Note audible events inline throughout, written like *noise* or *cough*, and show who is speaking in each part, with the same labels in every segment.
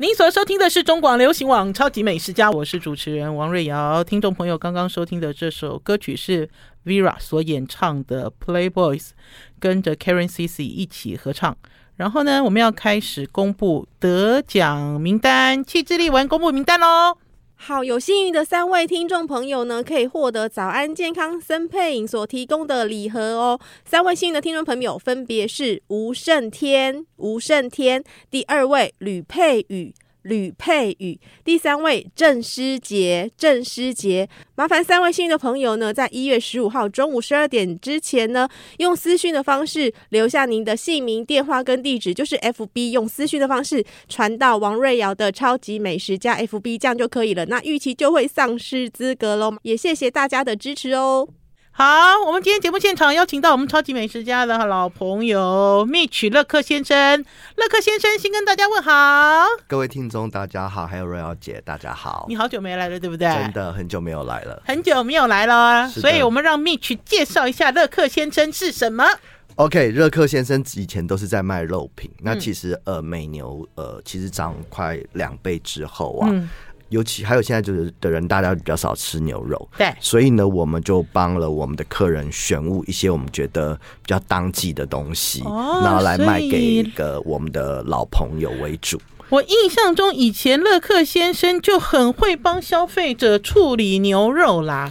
Speaker 1: 您所收听的是中广流行网《超级美食家》，我是主持人王瑞瑶。听众朋友刚刚收听的这首歌曲是 Vera 所演唱的《Playboys》，跟着 Karen Cici 一起合唱。然后呢，我们要开始公布得奖名单，气质力文公布名单哦喽。
Speaker 2: 好，有幸运的三位听众朋友呢，可以获得早安健康森配影所提供的礼盒哦。三位幸运的听众朋友分别是吴胜天、吴胜天，第二位吕佩宇。吕佩宇，第三位郑诗杰，郑诗杰，麻烦三位幸运的朋友呢，在一月十五号中午十二点之前呢，用私讯的方式留下您的姓名、电话跟地址，就是 FB 用私讯的方式传到王瑞瑶的超级美食家 FB 这样就可以了。那预期就会丧失资格喽，也谢谢大家的支持哦。
Speaker 1: 好，我们今天节目现场邀请到我们超级美食家的老朋友 Mitch 乐克先生，乐克先生先跟大家问好，
Speaker 3: 各位听众大家好，还有瑞瑶姐大家好，
Speaker 1: 你好久没来了，对不对？
Speaker 3: 真的很久没有来了。
Speaker 1: 很久没有来了，啊
Speaker 3: 是的
Speaker 1: 所以我们让 Mitch 介绍一下乐克先生是什么。
Speaker 3: OK，热克先生以前都是在卖肉品，那
Speaker 1: 嗯
Speaker 3: 其实呃美牛呃其实涨快两倍之后啊，
Speaker 1: 嗯，
Speaker 3: 尤其还有现在就是的人大家比较少吃牛肉，
Speaker 1: 对，
Speaker 3: 所以呢我们就帮了我们的客人选物一些我们觉得比较当季的东西，
Speaker 1: 哦
Speaker 3: 然后来卖
Speaker 1: 所以
Speaker 3: 给一个我们的老朋友为主。
Speaker 1: 我印象中以前乐克先生就很会帮消费者处理牛肉啦。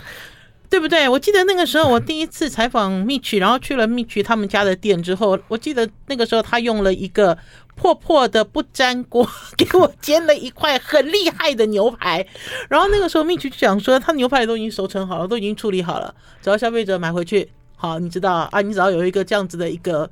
Speaker 1: 对不对？我记得那个时候，我第一次采访 Mitch，然后去了 Mitch 他们家的店之后，我记得那个时候他用了一个破破的不粘锅给我煎了一块很厉害的牛排，然后那个时候 Mitch 就讲说，他牛排都已经熟成好了，都已经处理好了，只要消费者买回去，好，你知道啊，你只要有一个这样子的一个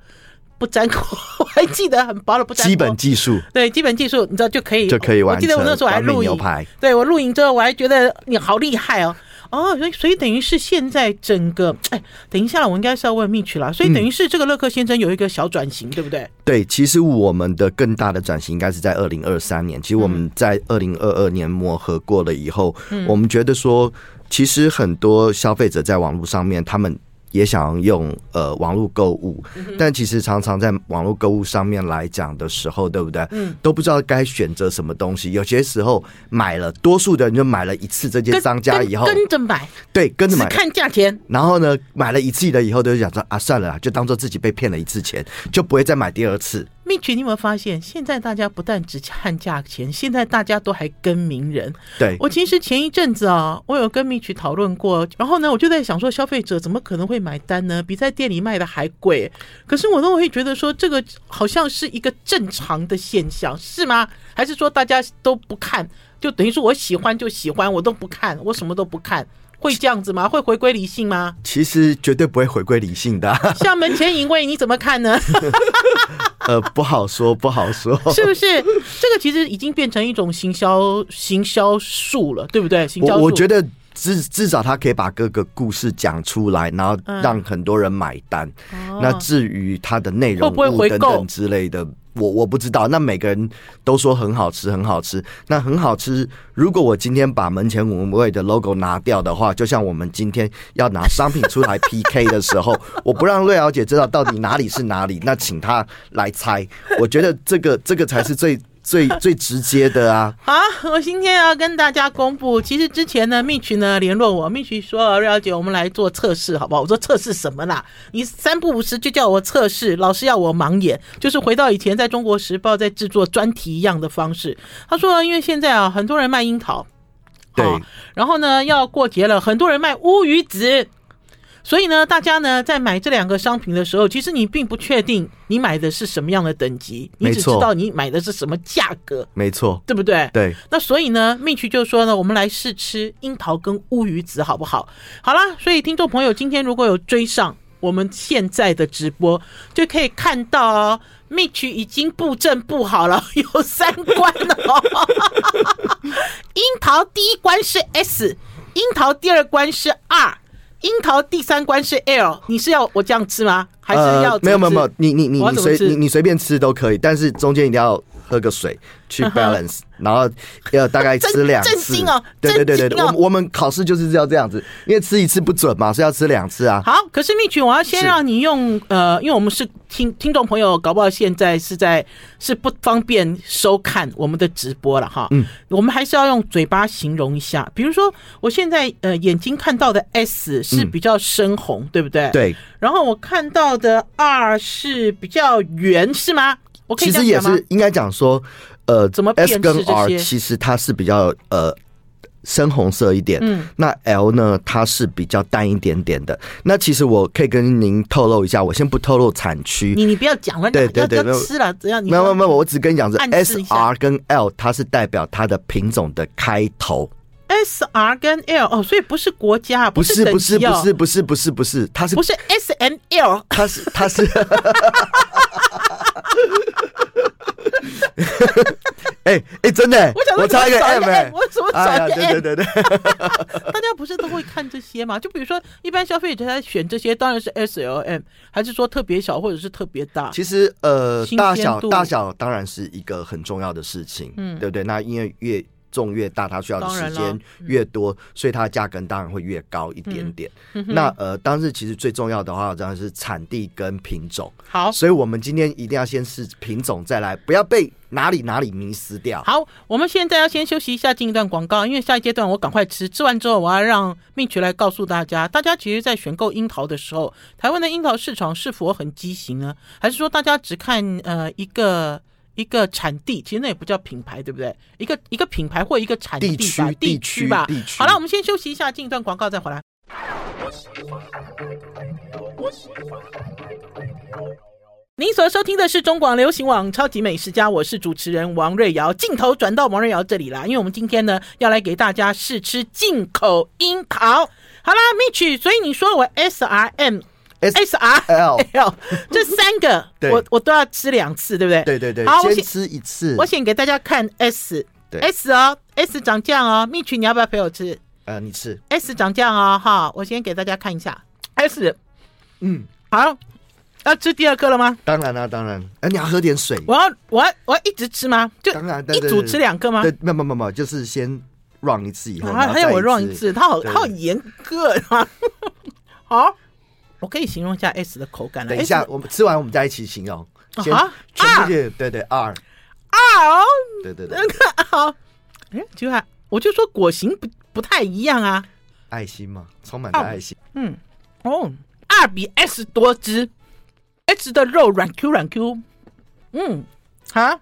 Speaker 1: 不粘锅，我还记得很薄的不粘锅，
Speaker 3: 基本技术
Speaker 1: 对，基本技术你知道就可以
Speaker 3: 就可以完
Speaker 1: 我
Speaker 3: 成。
Speaker 1: 记得我那时候还
Speaker 3: 完美
Speaker 1: 录
Speaker 3: 牛
Speaker 1: 影，
Speaker 3: 排，
Speaker 1: 对我录影之后我还觉得你好厉害哦。哦，所以所以等于是现在整个，哎，等一下啦，我应该是要问 Mitch 啦。所以等于是这个乐克先生有一个小转型，对不对？
Speaker 3: 对，其实我们的更大的转型应该是在二零二三年。其实我
Speaker 1: 嗯
Speaker 3: 们在二零二二年磨合过了以后，我们觉得说，其实很多消费者在网络上面，他们也想要用呃网络购物，
Speaker 1: 嗯
Speaker 3: 但其实常常在网络购物上面来讲的时候，对不对？
Speaker 1: 嗯，
Speaker 3: 都不知道该选择什么东西。有些时候买了，多数的人就买了一次这些
Speaker 1: 跟
Speaker 3: 商家
Speaker 1: 跟
Speaker 3: 以后，
Speaker 1: 跟着买，
Speaker 3: 对，跟着
Speaker 1: 只
Speaker 3: 买。
Speaker 1: 看价钱。
Speaker 3: 然后呢，买了一次了以后，就想说啊，算了啦，就当做自己被骗了一次钱，就不会再买第二次。
Speaker 1: Mitch，你有没有发现，现在大家不但只看价钱，现在大家都还跟名人。
Speaker 3: 对，
Speaker 1: 我其实前一阵子啊，我有跟 Mitch 讨论过，然后呢，我就在想说，消费者怎么可能会买单呢？比在店里卖的还贵。可是我都会觉得说，这个好像是一个正常的现象，是吗？还是说大家都不看，就等于说我喜欢就喜欢，我都不看，我什么都不看，会这样子吗？会回归理性吗？
Speaker 3: 其实绝对不会回归理性的啊、 *laughs*
Speaker 1: 像门前淫位，你怎么看呢？
Speaker 3: 呃，不好说，不好说。
Speaker 1: 是不是？这个其实已经变成一种行销行销术了，对不对？行销
Speaker 3: 我
Speaker 1: 术，
Speaker 3: 我觉得至至少他可以把各个故事讲出来，然后
Speaker 1: 嗯
Speaker 3: 让很多人买单。
Speaker 1: 哦
Speaker 3: 那至于它的内容
Speaker 1: 会不会
Speaker 3: 物
Speaker 1: 回
Speaker 3: 等
Speaker 1: 购
Speaker 3: 等之类的，我我不知道。那每个人都说很好吃，很好吃。那很好吃，如果我今天把门前五味的 logo 拿掉的话，就像我们今天要拿商品出来 *laughs* PK 的时候，我不让瑞瑶姐知道到底哪里是哪里，那请她来猜。我觉得这个这个才是最最最直接的啊。
Speaker 1: 好，我今天要跟大家公布，其实之前呢，Mitch 呢联络我，Mitch 说：“啊瑞瑶姐，我们来做测试，好不好？”我说：“测试什么啦？你三不五时就叫我测试，老是要我盲眼，就是回到以前在中国时报在制作专题一样的方式。”他说：“因为现在啊，很多人卖樱桃，
Speaker 3: 对
Speaker 1: 哦然后呢，要过节了，很多人卖乌鱼子。”所以呢，大家呢在买这两个商品的时候，其实你并不确定你买的是什么样的等级，你
Speaker 3: 没
Speaker 1: 只知
Speaker 3: 错
Speaker 1: 道你买的是什么价格，
Speaker 3: 没错，
Speaker 1: 对不对？
Speaker 3: 对，
Speaker 1: 那所以呢，Mitch 就说呢，我们来试吃樱桃跟乌鱼子好不好？好啦，所以听众朋友今天如果有追上我们现在的直播，就可以看到哦，Mitch 已经布阵布好了，有三关哦。 *laughs* 樱桃第一关是 S，樱桃第二关是 R，樱桃第三关是 L。你是要我这样吃吗？还是要、
Speaker 3: 呃呃、没有没有没有，，你你你
Speaker 1: 我要
Speaker 3: 你
Speaker 1: 怎么
Speaker 3: 随
Speaker 1: 吃
Speaker 3: 你你随便吃都可以，但是中间一定要喝
Speaker 1: *laughs*
Speaker 3: 个水去 balance，然后要大概吃两
Speaker 1: 震
Speaker 3: 次
Speaker 1: 惊哦。
Speaker 3: 对对对对
Speaker 1: 震
Speaker 3: 对，
Speaker 1: 惊哦
Speaker 3: 我们我们考试就是要这样子，因为吃一次不准嘛，所以要吃两次啊。
Speaker 1: 好，可是蜜曲，我要先
Speaker 3: 是
Speaker 1: 让你用呃，因为我们是听听众朋友，搞不好现在是在是不方便收看我们的直播了哈。嗯，我们还是要用嘴巴形容一下，比如说我现在呃眼睛看到的 S 是比较深红，对不对？。
Speaker 3: 嗯对，
Speaker 1: 然后我看到的 R 是比较圆，是吗？我可以
Speaker 3: 其
Speaker 1: 这
Speaker 3: 实
Speaker 1: 样
Speaker 3: 也
Speaker 1: 讲吗？
Speaker 3: 是应该讲说，呃，
Speaker 1: 怎么辨
Speaker 3: S
Speaker 1: 识
Speaker 3: 跟
Speaker 1: 这
Speaker 3: R
Speaker 1: 些
Speaker 3: 其实它是比较呃深红色一点，
Speaker 1: 嗯，
Speaker 3: 那 L 呢它是比较淡一点点的。那其实我可以跟您透露一下，我先不透露产区。
Speaker 1: 你你不要讲了，
Speaker 3: 对
Speaker 1: 你
Speaker 3: 对
Speaker 1: 要
Speaker 3: 对
Speaker 1: 要
Speaker 3: 没有
Speaker 1: 吃了，只要你
Speaker 3: 没有没有没有，我只跟你讲是
Speaker 1: 暗
Speaker 3: S
Speaker 1: 示一下
Speaker 3: R 跟 L，它是代表它的品种的开头，
Speaker 1: S R 跟 L 哦，所以不是国家，
Speaker 3: 不
Speaker 1: 是
Speaker 3: 是不
Speaker 1: 等
Speaker 3: 是
Speaker 1: 级
Speaker 3: 不
Speaker 1: 哦
Speaker 3: 是不是不是不是，它是
Speaker 1: 不是 S N L，
Speaker 3: *laughs* 它是
Speaker 1: *laughs*
Speaker 3: 它是。 *laughs* 哎哎、真的、
Speaker 1: 我想说
Speaker 3: 我差一个
Speaker 1: 怎么少一
Speaker 3: M
Speaker 1: 个
Speaker 3: 哎、
Speaker 1: M，我怎么少
Speaker 3: 哎
Speaker 1: 一
Speaker 3: 呀，
Speaker 1: 个 M？
Speaker 3: 对对对对，
Speaker 1: 大家不是都会看这些吗？就比如说，一般消费者他选这些，当然是 S L M，还是说特别小或者是特别大？
Speaker 3: 其实呃，
Speaker 1: 啊新鲜
Speaker 3: 大小
Speaker 1: 度
Speaker 3: 大小当然是一个很重要的事情，
Speaker 1: 嗯
Speaker 3: 对不对？那因为越重越大，它需要的
Speaker 1: 当然
Speaker 3: 时
Speaker 1: 了
Speaker 3: 间越多，所以它的价格当然会越高一点点。
Speaker 1: 嗯
Speaker 3: 那呃，当日其实最重要的话，当然是产地跟品种。
Speaker 1: 好
Speaker 3: 所以我们今天一定要先试品种，再来，不要被哪里哪里迷失掉。
Speaker 1: 好，我们现在要先休息一下，进一段广告，因为下一阶段我赶快吃，吃完之后我要让蜜曲来告诉大家，大家其实在选购樱桃的时候，台湾的樱桃市场是否很畸形呢？还是说大家只看呃一个？一个产地，其实那也不叫品牌，对不对？一个一个品牌或一个产地
Speaker 3: 地区
Speaker 1: 吧，
Speaker 3: 地
Speaker 1: 地
Speaker 3: 区
Speaker 1: 吧
Speaker 3: 地。区
Speaker 1: 好了，我们先休息一下，进一段广告再回来。您所收听的是中广流行网《超级美食家》，我是主持人王瑞瑶。镜头转到王瑞瑶这里啦，因为我们今天呢要来给大家试吃进口樱桃。好啦，Mitch，所以你说我 S R M
Speaker 3: S-
Speaker 1: S R
Speaker 3: *laughs* L，，
Speaker 1: L 这三个
Speaker 3: 对
Speaker 1: 我我都要吃两次，对不对？
Speaker 3: 对对对
Speaker 1: 好，，我
Speaker 3: 先
Speaker 1: 先
Speaker 3: 吃一次
Speaker 1: 我。先给大家看 S
Speaker 3: 对
Speaker 1: S 哦，S 长这样哦，Mitch，你要不要陪我吃
Speaker 3: 呃，你吃，
Speaker 1: ？S 长这样哦，哈，我先给大家看一下 S，
Speaker 3: 嗯，
Speaker 1: 好，要吃第二颗了吗？
Speaker 3: 当然啦、当然。哎、你要喝点水。
Speaker 1: 我要我要我要一直吃吗？就
Speaker 3: 当然，
Speaker 1: *laughs*
Speaker 3: 对
Speaker 1: 一
Speaker 3: 对
Speaker 1: 组
Speaker 3: 对
Speaker 1: 吃两个吗？
Speaker 3: 对，没有没有没有没有，就是先 run 一次以后，
Speaker 1: 啊，
Speaker 3: 然后
Speaker 1: 还有
Speaker 3: 再
Speaker 1: 我 run 一次，他好
Speaker 3: 对
Speaker 1: 他好严格啊。 *laughs* 好，我可以形容一下 S 的口感了。啊
Speaker 3: 等一下
Speaker 1: S，，
Speaker 3: 我们吃完我们再一起形容。
Speaker 1: 哎啊
Speaker 3: 先
Speaker 1: 哈
Speaker 3: 全
Speaker 1: 二
Speaker 3: 部是对对二，
Speaker 1: 好
Speaker 3: 对对对
Speaker 1: 啊哦那，个好，哎，就还我就说果形不不太一样啊。
Speaker 3: 爱心嘛，充满了爱心。
Speaker 1: 嗯，哦，二比 S 多汁，S 的肉软 Q 软 Q。嗯，好，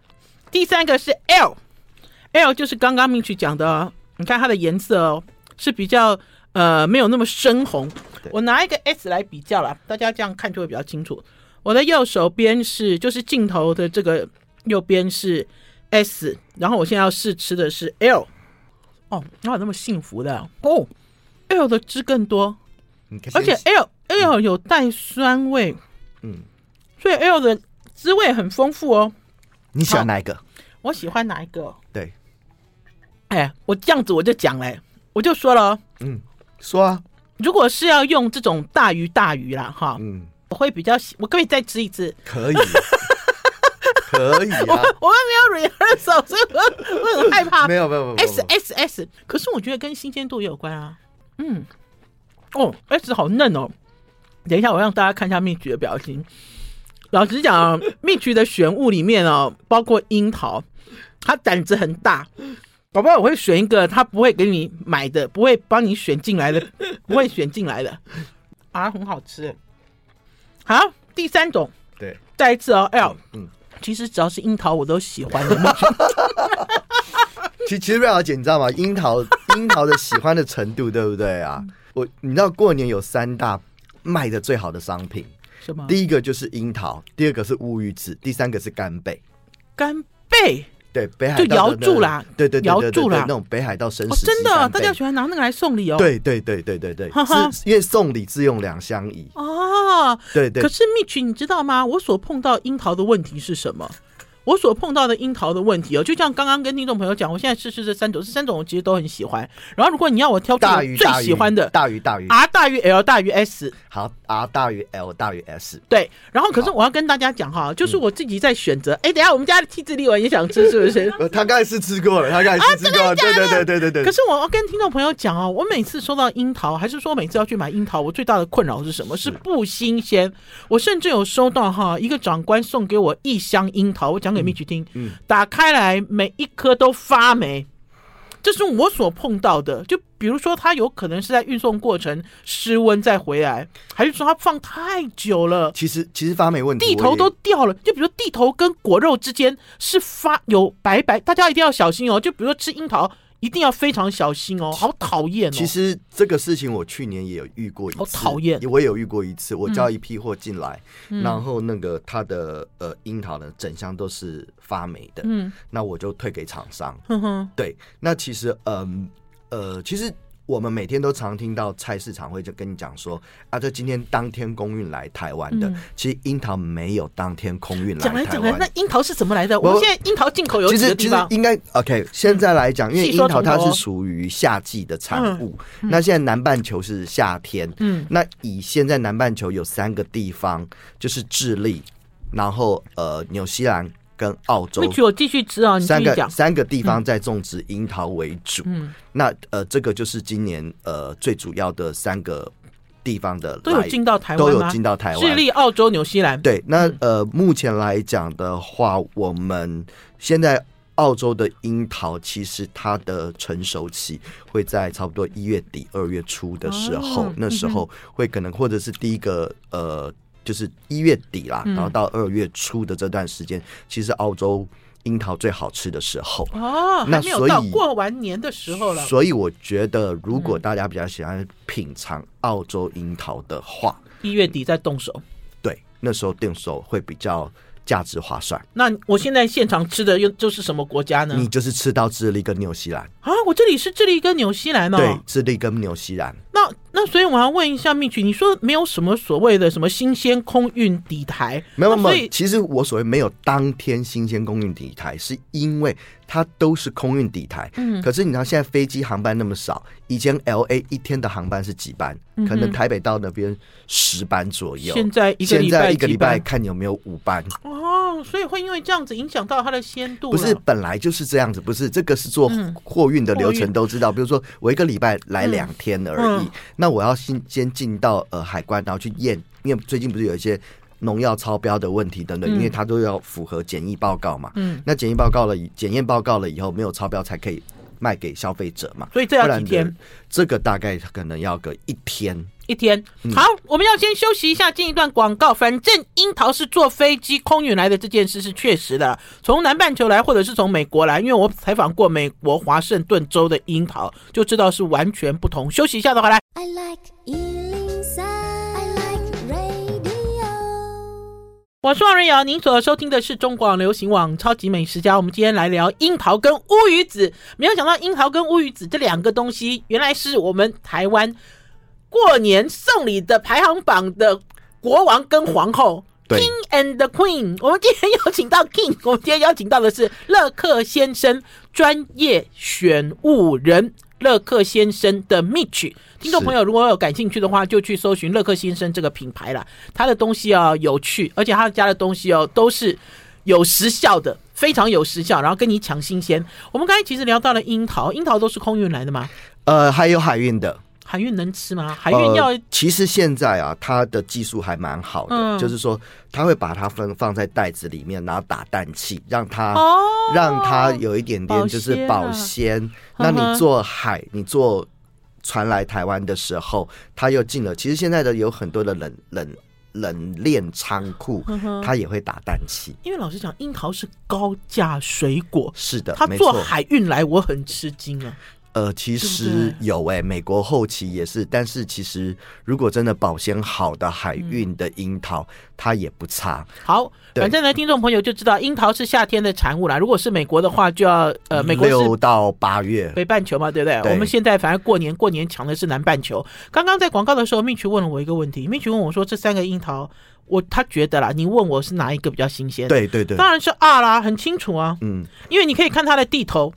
Speaker 1: 第三个是 L，L 就是刚刚明曲讲的、哦，你看它的颜色哦是比较呃没有那么深红。我拿一个 S 来比较啦，大家这样看就会比较清楚。我的右手边是就是镜头的这个右边是 S，然后我现在要试吃的是 L。哦，哪有那么幸福的啊哦？L 的汁更多，
Speaker 3: 你看
Speaker 1: 而且哎
Speaker 3: 先
Speaker 1: L L 有带酸味，
Speaker 3: 嗯，
Speaker 1: 所以 L 的滋味很丰富哦。
Speaker 3: 你喜欢哪一个？
Speaker 1: 我喜欢哪一个？
Speaker 3: 对，
Speaker 1: 哎，我这样子我就讲嘞，我就说了哦，
Speaker 3: 说啊，
Speaker 1: 如果是要用这种大鱼大鱼啦，哈，
Speaker 3: 嗯，
Speaker 1: 我会比较喜，我可不可以再吃一次。*laughs*
Speaker 3: 可以，可以啊，
Speaker 1: 我们没有 rehearsal，所以我我很害怕
Speaker 3: 没。有没有没有没有
Speaker 1: S S S，可是我觉得跟新鲜度也有关啊。嗯，哦，S 好嫩哦。等一下，我让大家看一下蜜橘的表情。老实讲， *laughs* 蜜橘的选物里面哦，包括樱桃，它胆子很大，搞不好我会选一个他不会给你买的，不会帮你选进来的， *laughs* 不会选进来的啊，很好吃。好，第三种，
Speaker 3: 对，
Speaker 1: 再一次哦，L，
Speaker 3: 嗯，
Speaker 1: 其实只要是樱桃我都喜 *laughs* 欢的。
Speaker 3: 其其实瑞瑶姐，你知道吗？樱桃 *laughs* 樱桃的喜欢的程度，对不对啊？
Speaker 1: 嗯
Speaker 3: 我你知道过年有三大卖的最好的商品，
Speaker 1: 什么？
Speaker 3: 第一个就是樱桃，第二个是乌鱼子，第三个是干贝。
Speaker 1: 干贝。
Speaker 3: 对，北海道
Speaker 1: 就摇
Speaker 3: 的那
Speaker 1: 柱啦
Speaker 3: 对对对对对
Speaker 1: 摇柱啦
Speaker 3: 对那种北海道生
Speaker 1: 哦，
Speaker 3: 食、
Speaker 1: 真的，大家喜欢拿那个来送礼哦。，
Speaker 3: 对对对对对对，
Speaker 1: 哈哈
Speaker 3: 是因为送礼自用两相宜。
Speaker 1: 哦，
Speaker 3: 对对
Speaker 1: 可，是蜜曲，你知道吗？我所碰到樱桃的问题是什么？我所碰到的樱桃的问题哦，就像刚刚跟听众朋友讲，我现在试试这三种，这三种我其实都很喜欢。然后如果你要我挑出我
Speaker 3: 大于
Speaker 1: 最
Speaker 3: 大于
Speaker 1: 喜欢的啊
Speaker 3: 大于大于
Speaker 1: R 大于 L 大于 S，
Speaker 3: 好 R 大于 L 大于 S，
Speaker 1: 对，然后可是我要跟大家讲哈，就是我自己在选择。哎、等一下我们家的气质丽文也想吃，是不是？
Speaker 3: 呃，他刚才是吃过了，他刚才是吃
Speaker 1: 啊
Speaker 3: 过了，对对对对对对。
Speaker 1: 可是我要跟听众朋友讲哦，我每次收到樱桃，还是说每次要去买樱桃，我最大的困扰是什么？是不新鲜。我甚至有收到哈，一个长官送给我一箱樱桃，我讲给蜜曲听，
Speaker 3: 嗯
Speaker 1: 打开来每一颗都发霉。这是我所碰到的，就比如说，它有可能是在运送过程失温再回来，还是说它放太久了？
Speaker 3: 其实其实发霉问题，
Speaker 1: 地头都掉了。就比如地头跟果肉之间是发有白白，大家一定要小心哦。就比如说吃樱桃，一定要非常小心哦，好讨厌哦。
Speaker 3: 其实这个事情我去年也有遇过一次，
Speaker 1: 好讨厌
Speaker 3: 我也有遇过一次，
Speaker 1: 嗯
Speaker 3: 我叫一批货进来，然后那个它的呃樱桃呢，整箱都是发霉的，
Speaker 1: 嗯，
Speaker 3: 那我就退给厂商。
Speaker 1: 哼嗯哼，
Speaker 3: 对，那其实嗯呃，其实我们每天都常听到菜市场会就跟你讲说啊，这今天当天空运来台湾的，
Speaker 1: 嗯
Speaker 3: 其实樱桃没有当天空运来
Speaker 1: 讲来
Speaker 3: 台
Speaker 1: 讲来，
Speaker 3: 湾
Speaker 1: 那。樱桃是怎么来的？
Speaker 3: 我
Speaker 1: 我们现在樱桃进口有
Speaker 3: 其
Speaker 1: 几
Speaker 3: 实
Speaker 1: 个地
Speaker 3: 其实
Speaker 1: 方？
Speaker 3: 应该 OK，现在来讲，因为
Speaker 1: 细
Speaker 3: 樱
Speaker 1: 说从
Speaker 3: 桃它
Speaker 1: 头
Speaker 3: 是
Speaker 1: 哦
Speaker 3: 属于夏季的产物，那现在南半球是夏天，
Speaker 1: 嗯，
Speaker 3: 那以现在南半球有三个地方，就是智利，然后呃纽西兰跟澳洲
Speaker 1: 那曲我继续吃啊，你继
Speaker 3: 三
Speaker 1: 续
Speaker 3: 个
Speaker 1: 讲。
Speaker 3: 三个地方在种植樱桃为主。
Speaker 1: 嗯，
Speaker 3: 那呃，这个就是今年呃最主要的三个地方的
Speaker 1: 都有
Speaker 3: 来
Speaker 1: 进到台
Speaker 3: 都
Speaker 1: 湾
Speaker 3: 有
Speaker 1: 吗？
Speaker 3: 进到台湾。
Speaker 1: 智利、澳洲、纽西兰。
Speaker 3: 对，那
Speaker 1: 嗯
Speaker 3: 呃，目前来讲的话，我们现在澳洲的樱桃其实它的成熟期会在差不多一月底二月初的时候，
Speaker 1: 哦
Speaker 3: 那时候会可能或者是第一个呃，就是一月底啦，
Speaker 1: 嗯
Speaker 3: 然后到二月初的这段时间，其实澳洲樱桃最好吃的时候。
Speaker 1: 哦，
Speaker 3: 那
Speaker 1: 还没有
Speaker 3: 所
Speaker 1: 到
Speaker 3: 以
Speaker 1: 过完年的时候了。
Speaker 3: 所以我觉得，如
Speaker 1: 嗯
Speaker 3: 果大家比较喜欢品尝澳洲樱桃的话，
Speaker 1: 一月底再动手。
Speaker 3: 对，那时候定手会比较价值划算。
Speaker 1: 那我现在现场吃的又就是什么国家呢？
Speaker 3: 你就是吃到智利跟纽西兰，
Speaker 1: 啊，我这里是智利跟纽西兰哦。
Speaker 3: 对，智利跟纽西兰，
Speaker 1: 那那所以我要问一下蜜曲，你说没有什么所谓的什么新鲜空运底台，
Speaker 3: 没有
Speaker 1: 那
Speaker 3: 没
Speaker 1: 所
Speaker 3: 有，
Speaker 1: 以
Speaker 3: 其实我所谓没有当天新鲜空运底台，是因为它都是空运底台。嗯，可是你知道现在飞机航班那么少，以前 L A 一天的航班是几班？可能台北到那边十班左右。
Speaker 1: 嗯现在一个
Speaker 3: 现
Speaker 1: 礼
Speaker 3: 在
Speaker 1: 拜
Speaker 3: 一个
Speaker 1: 几
Speaker 3: 礼拜
Speaker 1: 班
Speaker 3: 看有没有五班，
Speaker 1: 哦，所以会因为这样子影响到它的鲜度
Speaker 3: 不
Speaker 1: 了。
Speaker 3: 是本来就是这样子，不是这个是做货运的流
Speaker 1: 嗯货
Speaker 3: 程
Speaker 1: 运
Speaker 3: 都知道。比如说我一个礼拜来两天而已，
Speaker 1: 嗯
Speaker 3: 那我要先先进到呃海关，然后去验，因为最近不是有一些农药超标的问题等
Speaker 1: 嗯
Speaker 3: 等，因为它都要符合检疫报告嘛。
Speaker 1: 嗯，
Speaker 3: 那检疫报告了以，检验报告了以后没有超标才可以卖给消费者嘛。
Speaker 1: 所以这要
Speaker 3: 不
Speaker 1: 几
Speaker 3: 然
Speaker 1: 天
Speaker 3: 的？这个大概可能要个一天。
Speaker 1: 一天。
Speaker 3: 嗯
Speaker 1: 好，我们要先休息一下，进一段广告。反正樱桃是坐飞机空运来的，这件事是确实的。从南半球来，或者是从美国来，因为我采访过美国华盛顿州的樱桃，就知道是完全不同。休息一下的话来。
Speaker 4: I like Ealing Sound. I like radio.
Speaker 1: 我是王瑞瑶，您所收听的是中广流行网《超级美食家》。我们今天来聊樱桃跟乌鱼子，没有想到樱桃跟乌鱼子这两个东西，原来是我们台湾过年送礼的排行榜的国王跟皇后。
Speaker 3: 对
Speaker 1: King and the Queen，我们今天邀请到 King，我们今天邀请到的是乐克先生专业选物人。乐克先生的 Mitch，听众
Speaker 3: 是
Speaker 1: 朋友如果有感兴趣的话，就去搜寻乐克先生这个品牌啦。他的东西啊有趣，而且他家的东西哦都是有时效的，非常有时效，然后跟你抢新鲜。我们刚才其实聊到了樱桃，樱桃都是空运来的嘛，
Speaker 3: 呃，还有海运的，
Speaker 1: 海运能吃吗？海运要、
Speaker 3: 呃其实现在啊，它的技术还蛮好的，
Speaker 1: 嗯
Speaker 3: 就是说它会把它分放在袋子里面，然后打蛋器，让它、
Speaker 1: 哦，
Speaker 3: 让它有一点点就是
Speaker 1: 保鲜啊
Speaker 3: 保
Speaker 1: 嗯
Speaker 3: 鲜。
Speaker 1: 呵呵
Speaker 3: 那你做海，你做船来台湾的时候，它又进了。其实现在的有很多的冷冷冷链仓库，
Speaker 1: 嗯
Speaker 3: 它也会打蛋器。
Speaker 1: 因为老实讲，樱桃是高价水果，
Speaker 3: 是的，
Speaker 1: 他
Speaker 3: 没
Speaker 1: 做
Speaker 3: 错。
Speaker 1: 海运来，我很吃惊啊。
Speaker 3: 呃，其
Speaker 1: 对不
Speaker 3: 实
Speaker 1: 对
Speaker 3: 有诶、美国后期也是，但是其实如果真的保鲜好的海
Speaker 1: 嗯
Speaker 3: 运的樱桃，它也不差。
Speaker 1: 好，
Speaker 3: 对
Speaker 1: 反正呢，听众朋友就知道樱桃是夏天的产物啦。如果是美国的话，就要呃，美国是
Speaker 3: 六到八月，
Speaker 1: 北半球嘛，对不对？
Speaker 3: 对
Speaker 1: 我们现在反正过年过年抢的是南半球。刚刚在广告的时候，蜜曲问了我一个问题，蜜曲问我说这三个樱桃，我他觉得啦，你问我是哪一个比较新鲜？，
Speaker 3: 对对对，
Speaker 1: 当然是二啦，很清楚啊，
Speaker 3: 嗯，
Speaker 1: 因为你可以看它的地头。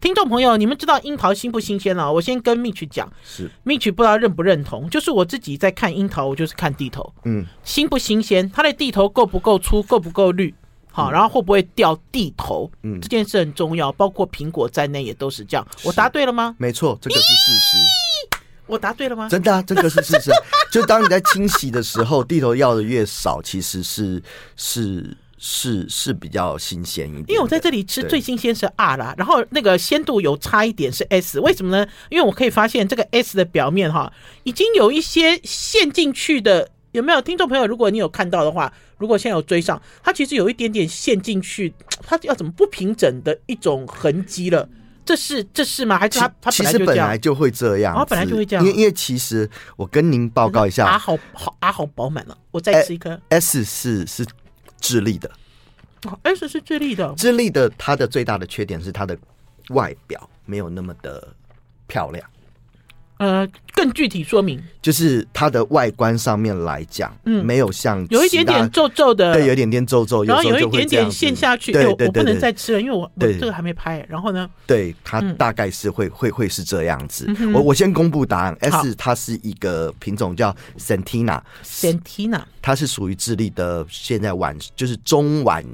Speaker 1: 听众朋友，你们知道樱桃新不新鲜了、我先跟蜜曲讲，
Speaker 3: 是，
Speaker 1: 蜜曲不知道认不认同，就是我自己在看樱桃，我就是看地头。
Speaker 3: 嗯，
Speaker 1: 新不新鲜，它的地头够不够粗，够不够绿，好，然后会不会掉地头，
Speaker 3: 嗯
Speaker 1: 这件事很重要，包括苹果在内也都是这样。我答对了吗？
Speaker 3: 没错，这个是事实，
Speaker 1: 我答对了吗？
Speaker 3: 真的啊，这个是事实啊。就当你在清洗的时候，地头要的越少，其实是是是是比较新鲜一点的。
Speaker 1: 因为我在这里吃
Speaker 3: 对
Speaker 1: 最新鲜是 R 啦，然后那个鲜度有差一点是 S，为什么呢？因为我可以发现这个 S 的表面哈，已经有一些陷进去的，有没有？听众朋友，如果你有看到的话，如果现在有追上，它其实有一点点陷进去，它要怎么不平整的一种痕迹了？这是这是吗？还是
Speaker 3: 其
Speaker 1: 它它
Speaker 3: 其
Speaker 1: 本来
Speaker 3: 实
Speaker 1: 就这
Speaker 3: 本
Speaker 1: 样
Speaker 3: 来？就会这样子，
Speaker 1: 哦本来就会这样
Speaker 3: 因为因为其实我跟您报告一下
Speaker 1: 啊，好好啊，好饱满了，我再吃一颗。
Speaker 3: ，S 是是智利的，
Speaker 1: 哦 S 是最利的，
Speaker 3: 智利的它的最大的缺点是它的外表没有那么的漂亮，
Speaker 1: 呃，更具体说明，
Speaker 3: 就是它的外观上面来讲，
Speaker 1: 嗯
Speaker 3: 没有像
Speaker 1: 有一点
Speaker 3: 其他
Speaker 1: 点皱皱的，
Speaker 3: 对，有一点点皱皱，
Speaker 1: 然后
Speaker 3: 时候
Speaker 1: 有一
Speaker 3: 就会
Speaker 1: 点
Speaker 3: 这样
Speaker 1: 点
Speaker 3: 子
Speaker 1: 陷下去，
Speaker 3: 对
Speaker 1: 哎我
Speaker 3: 对
Speaker 1: 我不
Speaker 3: 对
Speaker 1: 能
Speaker 3: 对
Speaker 1: 再吃了，因为我我
Speaker 3: 对
Speaker 1: 这个还没拍。然后呢，
Speaker 3: 对，它
Speaker 1: 嗯
Speaker 3: 大概是会、会会是这样子。
Speaker 1: 嗯哼
Speaker 3: 我我先公布答案
Speaker 1: 好
Speaker 3: ，S 它是一个品种叫 Santina，
Speaker 1: Santina
Speaker 3: 它是属于智利的现在晚就是中晚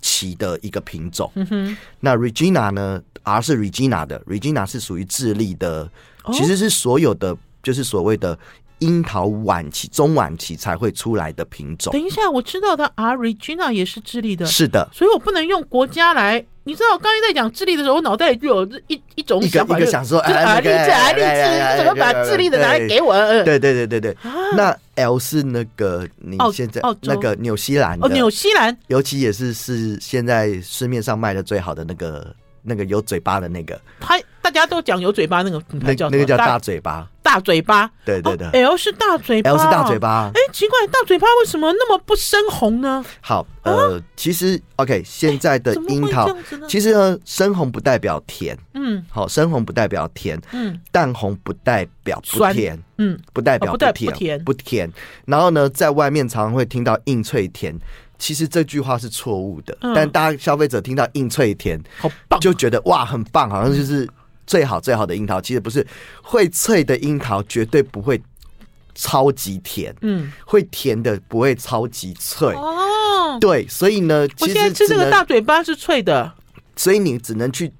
Speaker 3: 期的一个品种。嗯
Speaker 1: 哼，
Speaker 3: 那 Regina 呢？R 是 Regina 的，Regina 是属于智利的，
Speaker 1: 哦
Speaker 3: 其实是所有的就是所谓的樱桃晚期、中晚期才会出来的品种。
Speaker 1: 等一下，我知道的 R Regina 也是智利的，
Speaker 3: 是的，
Speaker 1: 所以我不能用国家来。你知道我刚才在讲智利的时候，我脑袋就有一一种
Speaker 3: 一个
Speaker 1: 想法，
Speaker 3: 一个
Speaker 1: 就
Speaker 3: 想说
Speaker 1: 就是
Speaker 3: 哎
Speaker 1: 啊，
Speaker 3: 那
Speaker 1: 励
Speaker 3: 个
Speaker 1: 志啊，
Speaker 3: 哎
Speaker 1: 励志，
Speaker 3: 哎
Speaker 1: 你
Speaker 3: 哎
Speaker 1: 怎么把
Speaker 3: 哎
Speaker 1: 智利的拿来
Speaker 3: 对
Speaker 1: 给我？呃
Speaker 3: 对对对对对。
Speaker 1: 啊
Speaker 3: 那 L 是那个你
Speaker 1: 澳
Speaker 3: 现在
Speaker 1: 澳洲
Speaker 3: 那个纽西兰的
Speaker 1: 哦，，纽西兰
Speaker 3: 尤其也是是现在市面上卖的最好的那个那个有嘴巴的那个，
Speaker 1: 它大家都讲有嘴巴那个品
Speaker 3: 那
Speaker 1: 牌叫什
Speaker 3: 那
Speaker 1: 么
Speaker 3: 个叫大
Speaker 1: 大
Speaker 3: 嘴巴，
Speaker 1: 大嘴巴，
Speaker 3: 对对对
Speaker 1: 哦 L 是大嘴巴
Speaker 3: ，L 是大嘴。巴。
Speaker 1: 哎，奇怪，大嘴巴为什么那么不深红呢？
Speaker 3: 好，呃，其实 OK，现在的
Speaker 1: 哦哎怎么
Speaker 3: 樱
Speaker 1: 会
Speaker 3: 桃
Speaker 1: 这样子呢
Speaker 3: 其实呢，深红不代表甜，
Speaker 1: 嗯
Speaker 3: 好，深红不代表甜，
Speaker 1: 嗯
Speaker 3: 淡红不代表不
Speaker 1: 酸
Speaker 3: 甜，
Speaker 1: 嗯，
Speaker 3: 不代表
Speaker 1: 哦不代
Speaker 3: 甜，
Speaker 1: 不甜
Speaker 3: 然后呢，在外面常常会听到硬脆甜，其实这句话是错误的，
Speaker 1: 嗯
Speaker 3: 但大家消费者听到硬脆甜
Speaker 1: 好棒，
Speaker 3: 就觉得哇很棒，好像就是最好最好的樱桃，其实不是，会脆的樱桃绝对不会超级甜，
Speaker 1: 嗯
Speaker 3: 会甜的不会超级脆。
Speaker 1: 哦，
Speaker 3: 对，所以呢，
Speaker 1: 我
Speaker 3: 其
Speaker 1: 现在
Speaker 3: 实
Speaker 1: 吃
Speaker 3: 只
Speaker 1: 这个
Speaker 3: 能，
Speaker 1: 大嘴巴是脆的，
Speaker 3: 所以你只能去